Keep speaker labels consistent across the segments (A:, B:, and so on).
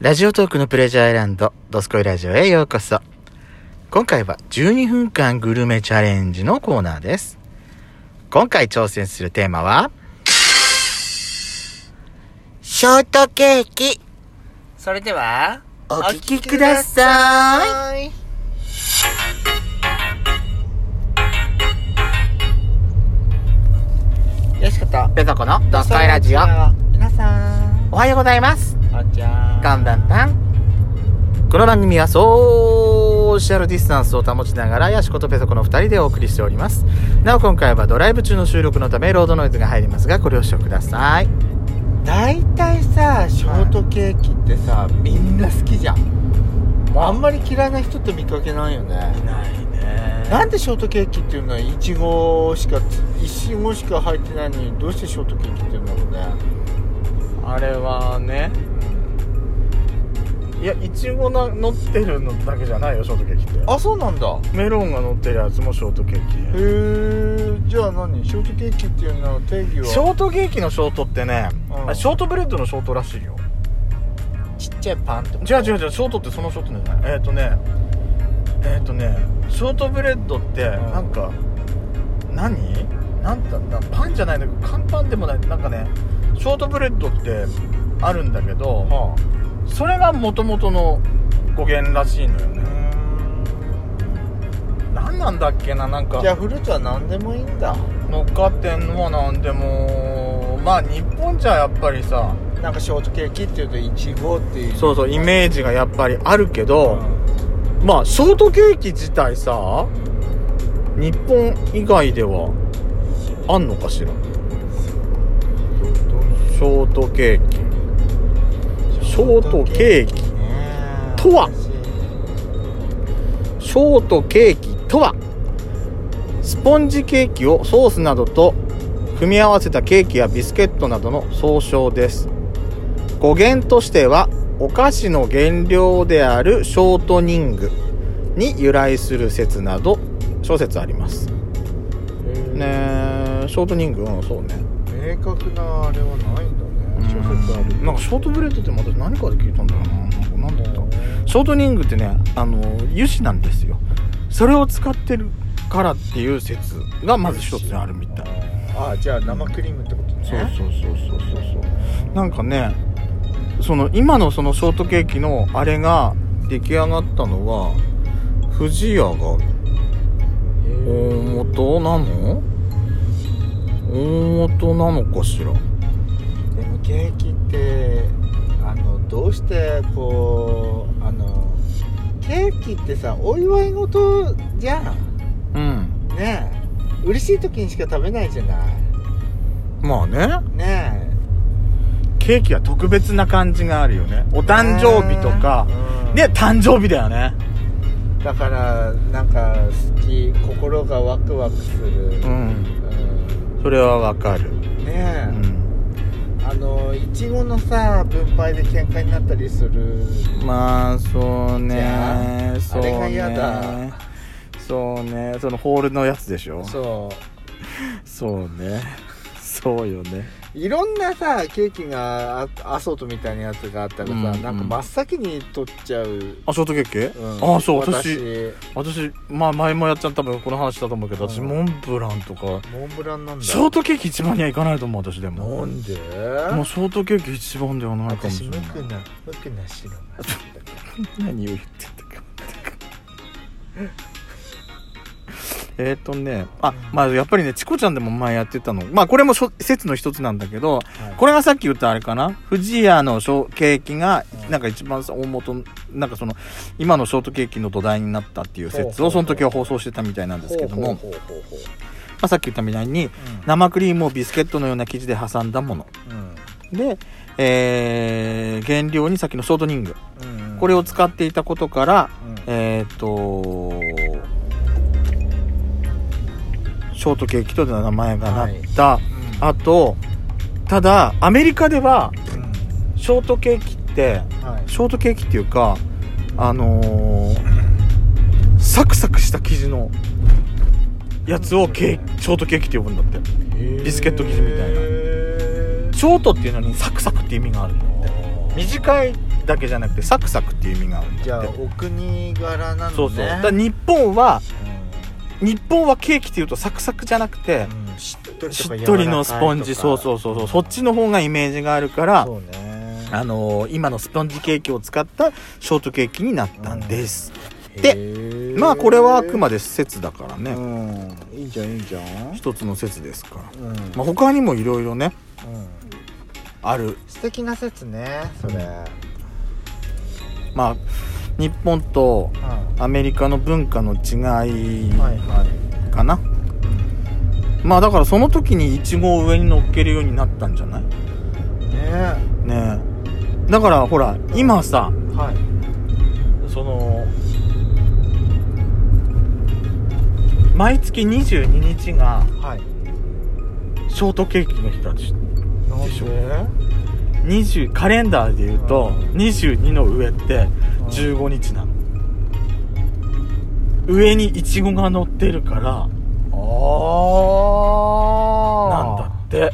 A: ラジオトークのプレジャーアイランド、ドスコイラジオへようこそ。今回は12分間グルメチャレンジのコーナーです。今回挑戦するテーマは、ショートケーキ、
B: それでは、
A: お聞きください。
B: い。よしこと。
A: ペソコのド
B: ド
A: スコイラジオ。
B: 皆さん、
A: おはようございます。
B: こんにちは。
A: ガンダンタン。この番組はソーシャルディスタンスを保ちながら、ヤシコとペソコの2人でお送りしております。なお今回はドライブ中の収録のため、ロードノイズが入りますが、ご了承ください。
B: 大体さ、ショートケーキってさ、みんな好きじゃん。あんまり嫌いな人って見かけないよね。
A: ないね
B: なんでショートケーキっていうのはイチゴしかイチゴしか入ってないのにどうしてショートケーキっていうんだろうね
C: あれはねいやいちごな乗ってるのだけじゃないよショートケーキって
B: あそうなんだ
C: メロンが乗ってるやつもショートケー
B: へえじゃあ何ショートケーキっていうのは定義は
C: キショートケーキのショートってね、
B: うん
C: あショートブレッドのショートらしいよ
B: ちっちゃいパンってこ
C: 違う違う違うショートってそのショートじゃないえっ、ー、とねえっ、ー、とねショートブレッドって
B: ん
C: なんか、何なんだなんパンじゃないんだけど乾パンでもないなんかねショートブレッドってあるんだけど、
B: は
C: それが元々の語源らしいのよね何なんだっけななんか
B: じゃあフルーツは何でもいいんだ
C: 乗っかってんのはなんでもまあ日本じゃやっぱりさ
B: なんかショートケーキっていうとイチゴっていう
C: そうそうイメージがやっぱりあるけど、まあショートケーキ自体さ日本以外ではあんのかしらショートケーキショートケーキとはショートケーキとはスポンジケーキをソースなどと組み合わせたケーキやビスケットなどの総称です語源としてはお菓子の原料であるショートニングに由来する説など諸説ありますね
B: ね
C: ーショートニングうんそうね
B: 明確なあれはないんだね諸説ある
C: なんかショートブレッドってまた何かで聞いたんだろうななんか何だったショートニングってねあの油脂なんですよそれを使ってるからっていう説がまず一つにあるみたい
B: あじゃあ生クリームってことね
C: そうそうそうそうそうそうなんかねその今のそのショートケーキのあれが出来上がったのは不二家が大元なの大元なのかしら
B: でもケーキってあのどうしてこうあのケーキってさお祝い事じゃん
C: うん
B: ねえ嬉しい時にしか食べないじゃない
C: まあね
B: ね
C: ケーキは特別な感じがあるよねお
B: え
C: 誕生日とか
B: うん
C: で誕生日だよね
B: だからなんか好き心がワクワクする、うん
C: んそれはわかる
B: ねえ
C: う、ん
B: あのいちごのさ分配で喧嘩になったりする
C: まあそう
B: じゃ
C: ね
B: あ
C: そうね
B: あれが嫌だ
C: そうねそのホールのやつでしょ
B: そ
C: そうねそうよね
B: ういろんなさケーキがあアソートみたいなやつがあったらさ、
C: うんうん
B: なんか真っ先に取っちゃう、う
C: あショートケーキ、
B: ん
C: あそう
B: 私
C: 私私まあ前もやっちゃった多分この話だと思うけど、私
B: うん
C: モンブランとか
B: モンブランなんだ
C: ショートケーキ一番にはいかないと思う私でも
B: なんで
C: もうショートケーキ一番ではないかもし
B: 私
C: れな
B: 無
C: い
B: 垢な無垢な白が好きだか
C: 何を言ってたかえっとねあまあやっぱりねチコちゃんでも前やってたのまあこれも諸説の一つなんだけど、
B: い
C: これがさっき言ったあれかな不二家のショーケーキが
B: うん
C: なんか一番大元なんかその今のショートケーキの土台になったっていう
B: ほうほう
C: 説
B: ほ
C: を
B: う
C: その時は放送してたみたいなん
B: ら
C: ですけども、ま
B: ほうほうほうほうほ
C: あ、さっき言ったみたいに
B: う
C: 生クリームをビスケットのような生地で挟んだもので、えー原料にさっきのショートニング
B: うんうん
C: これを使っていたことから
B: うん
C: えっ、とショートケーキという名前がなった、
B: うん
C: あとただアメリカでは
B: うん
C: ショートケーキって
B: はい
C: ショートケーキっていうかあのーサクサクした生地のやつをケーキショートケーキって呼ぶんだってビスケット生地みたいな
B: へー
C: ショートっていうのにサクサクって意味があるんだって短いだけじゃなくてサクサクっていう意味があるん
B: じゃ
C: だっ
B: あ
C: て
B: お国柄なのね
C: そうそうだから日本は日本はケーキっていうとサクサクじゃなくて、
B: うんうんしっとり
C: し
B: とか
C: っとりのスポンジ
B: 柔
C: そ
B: ら
C: う
B: かいとか
C: そうそうそうそっちの方がイメージがあるから
B: そうね
C: あのー今のスポンジケーキを使ったショートケーキになったんです、で
B: で
C: まあこれはあくま
B: で
C: で説だからね、
B: うんいいんじゃんいいんじゃん
C: 一つの説ですから、
B: うん、うん
C: まあ、他にもいろいろねある
B: 素敵な説ねそれ、
C: まあ日本と
B: うんは
C: アメリカの文化の違い
B: いはい
C: かな、まあだからその時にイチゴを上に乗っけるようになったんじゃない
B: ね
C: ねえだからほら今さ
B: はい
C: その毎月22日が
B: はい
C: ショートケーキの日だし
B: なん
C: でしょ
B: で
C: 20カレンダーで言うと
B: うん
C: 22の上って
B: うん
C: 15日なの上にイチゴが乗ってるからなんだ
B: あ
C: って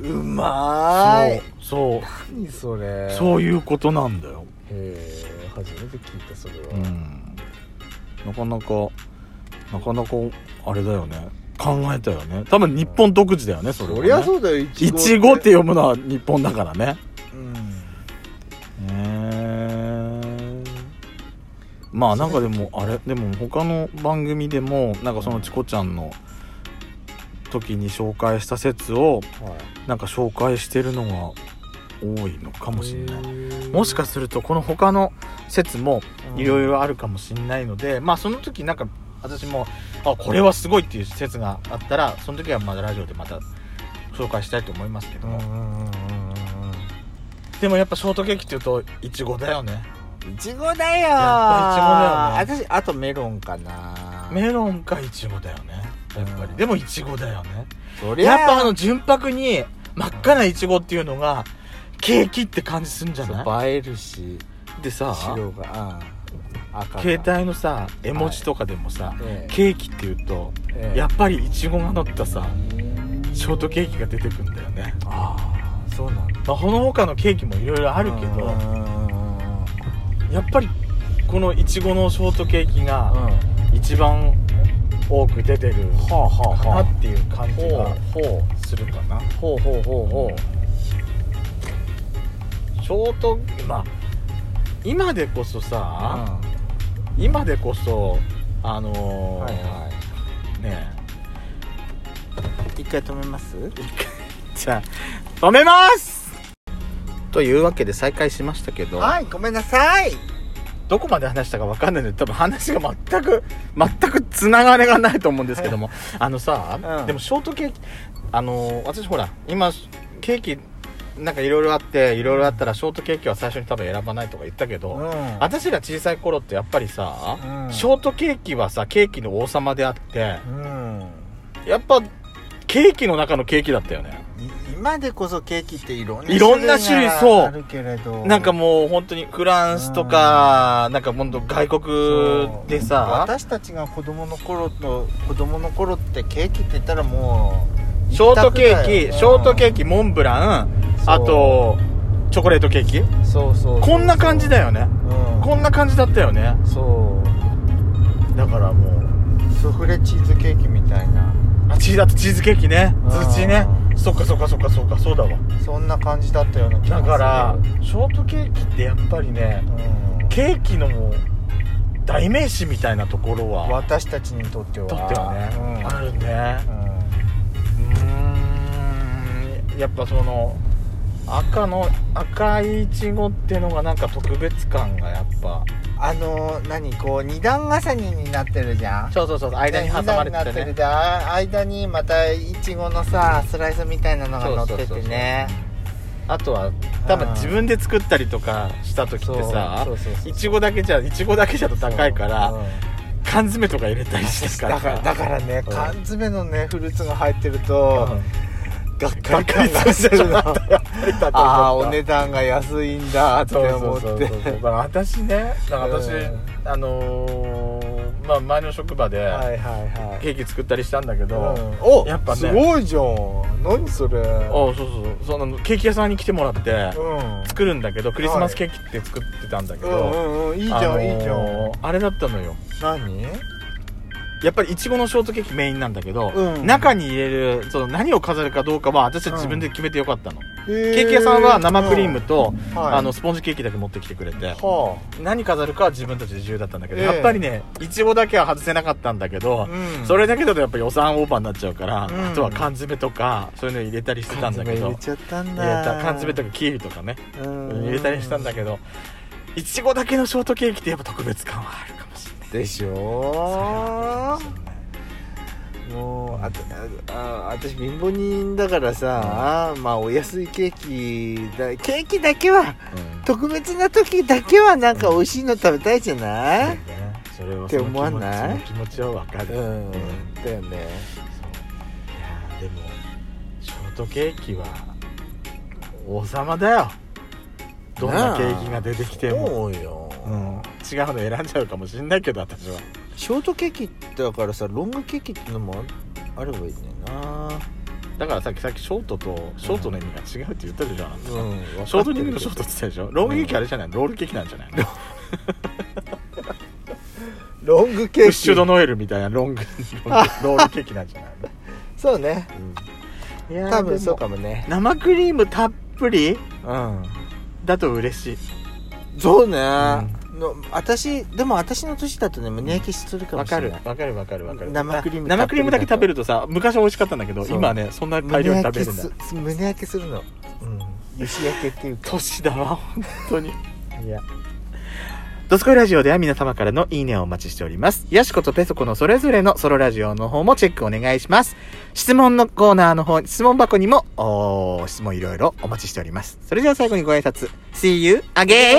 B: ーうまーい
C: そう
B: 何それ
C: そうそう
B: へ
C: いうことなんだよ
B: え初めて聞いたそれは、
C: うんなかなかなかなかあれだよね考えたよね多分日本独自だよねそれはね
B: そりゃそうだよい
C: いちごって読むのは日本だからね
B: うん
C: へーまあなんかでもあれでも他の番組でもなんかそのチコちゃんの時に紹介した説を
B: はい
C: なんか紹介してるのが多いのかもしれない
B: い
C: もしかするとこの他の説もいろい
B: ろ
C: ろあるかもしれないので、まあその時なんか私もあこれはすごいっていう説があったらその時はまだラジオでまた紹介したいと思いますけど
B: うんう
C: も、
B: んうんうん
C: でもやっぱショートケーキっていうといちごだよね
B: うんいちごだよ
C: やっぱいちごだよ
B: 私あとメロンかな
C: メロンかいちごだよねやっぱりでもいちごだよね
B: そりゃ
C: やっぱあの純白に真っ赤ないちごっていうのがケーキって感じすんじゃない
B: そう映えるし
C: でさ
B: 白がうん赤が
C: 携帯のさ絵文字とかでもさ、
B: ええ
C: ケーキっていうと
B: ええ
C: やっぱりいちごが乗ったさショートケーキが出てくんだよね
B: ああそうなんだ
C: まあ、この他のケーキもいろいろあるけどやっぱりこのいちごのショートケーキ
B: うん
C: が一番多く出てる
B: はあはあ
C: か
B: は
C: な
B: あ
C: っていう感じが
B: ほうほ
C: するかな
B: うほうほうほうほ
C: ショートまあ今でこそ
B: う
C: さ、
B: は
C: 今でこそあ
B: い
C: のー
B: は
C: ね
B: い一回止めます
C: え じゃあ止めますというわけで再開しましたけど
B: はいごめんなさい
C: どこまで話したか分かんないので多分話が全く全くつながりがないと思うんですけどもあのさ、
B: うん
C: でもショートケーキあのー私ほら今ケーキなんかいろいろあっていろいろあったらショートケーキは最初に多分選ばないとか言ったけど、
B: うん
C: 私ら小さい頃ってやっぱりさ、
B: うん
C: ショートケーキはさケーキの王様であって
B: うん
C: やっぱケーキの中のケーキだったよね
B: い今でこそケーキっていろんない
C: ろんな種類
B: が
C: そう
B: あるけれど
C: なんかもう本当にフランスとか、なんか本当外
B: そう
C: 国でさ
B: 私たちが子供の頃の子供の頃ってケーキって言ったらもう
C: ショートケーキ、ショートケー
B: キ
C: キモンブラン
B: そう
C: あとチョコレートケーキ
B: そうそうそう
C: こんな感じだよね
B: うん
C: こんな感じだったよね
B: そう
C: だからもう
B: スフレチーズケーキみたいな
C: あチーズあとチーズケーキね
B: うん
C: 土ねそっかそっかそっかそっかそうだわ
B: そんな感じだったような気
C: だ
B: がする
C: からショートケーキってやっぱりね
B: うん
C: ケーキの代名詞みたいなところは
B: 私たちにとっては
C: とってはねあるねうーんやっぱその赤の赤いイチゴっていうのがなんか特別感がやっぱ
B: うんあの何こう二段重ねになってるじゃん
C: そうそうそう間に挟まれて
B: 二段になって
C: て
B: る
C: ね
B: であ間にまたいちごのさスライスみたいなのが乗って
C: そう
B: て
C: そうそう
B: ね
C: あとは多分
B: うん
C: 自分で作ったりとかした時ってさ
B: そうそうそうそう
C: いちごだけじゃいちごだけじゃと高いから
B: うん
C: 缶詰とか入れたりしてから
B: だからだからね
C: うん
B: 缶詰のねフルーツが入ってると
C: うん
B: がっ
C: がっかりするなとやっぱりだと思った
B: ああお値段が安いんだって
C: そうそ
B: 思
C: う
B: っ
C: そうそう
B: て
C: だから私ねだから私、
B: うん
C: あのーまあ、前の職場で
B: はいはいはい
C: ケーキ作ったりしたんだけど、
B: うんお
C: やっぱね
B: すごいじゃん何それ
C: あそうそうそうそのケーキ屋さんに来てもらって
B: うん
C: 作るんだけどクリスマスケーキって作ってたんだけ
B: う
C: ど、
B: んうんうんいいじゃん、
C: あの
B: いいじゃん
C: ーあれだったのよ
B: 何
C: やっぱりいちごのショートケーキメインなんだけど、
B: うん
C: 中に入れるその何を飾るかどうかは私は自分で決めてよかったの、ケ
B: ケ
C: ーキ屋さんは生クリーム、と、
B: うんはい、
C: あのスポンジケーキだけ持ってきてくれて
B: は
C: 何飾るかは自分たちで自由だったんだけど、
B: ええ
C: やっぱりねいちごだけは外せなかったんだけ
B: あ
C: ど、
B: うん
C: それだけだとやっぱ予算オーバーになっちゃうから、
B: うん
C: あとは缶詰とかそういうの入れたりしてたんだけど
B: 缶詰入れちゃったんだ
C: 入れた缶詰とかキーウィとかね
B: うん
C: 入れたりしたんだけどいちごだけのショートケーキってやっぱ特別感はあるかもしれない
B: でしょもうあとああ私貧乏人だからさ、まあお安いケーキだケーキだけは特別な時だけはなんか美味しいの食べたいじゃない、
C: それは
B: って思わない
C: その気持ちその気持ちは分かる、
B: うん
C: そうい
B: だよね
C: やーでもショートケーキは王様だよどんなケーキが出てきても、
B: そうよ、
C: うん、違うの選んじゃうかもしれないけど私は
B: ショートケーキだからさロングケーキってのもああればいいねんな
C: だからさっきさっきショートとショートの意味が違うって言ったじゃん、
B: うん
C: ショートニングのショートって言ったでしょロールケーキあれじゃない、ロールケーキなんじゃない
B: ロン
C: プ
B: グケーキ
C: ッシュドノエルみたいなロ ングロールケーキなんじゃない
B: そうね
C: いやー
B: 多分そう
C: でも
B: かもね
C: 生クリームたっぷり
B: うん
C: だと嬉しい
B: そうね、の私でも私の年だとね胸焼けするかも
C: わ
B: しれ
C: か
B: ない
C: るわかるわかるわかる
B: 生クリーム
C: 生クリームだけ食べる
B: る
C: とさ昔は美味しかったんだけど
B: そう
C: 今はねそんな大量に
B: 胸
C: 食
B: 焼
C: べ
B: け
C: るんだ
B: す胸焼けするのうん油脂焼けっていうか
C: 年だわ本当に
B: いや
C: ドスコイラジオでは皆様からのいいねをお待ちしております。ヤシコとペソコのそれぞれのソロラジオの方もチェックお願いします。質問のコーナーの方、質問箱にも、おー質問いろいろお待ちしております。それでは最後にご挨拶。See you again!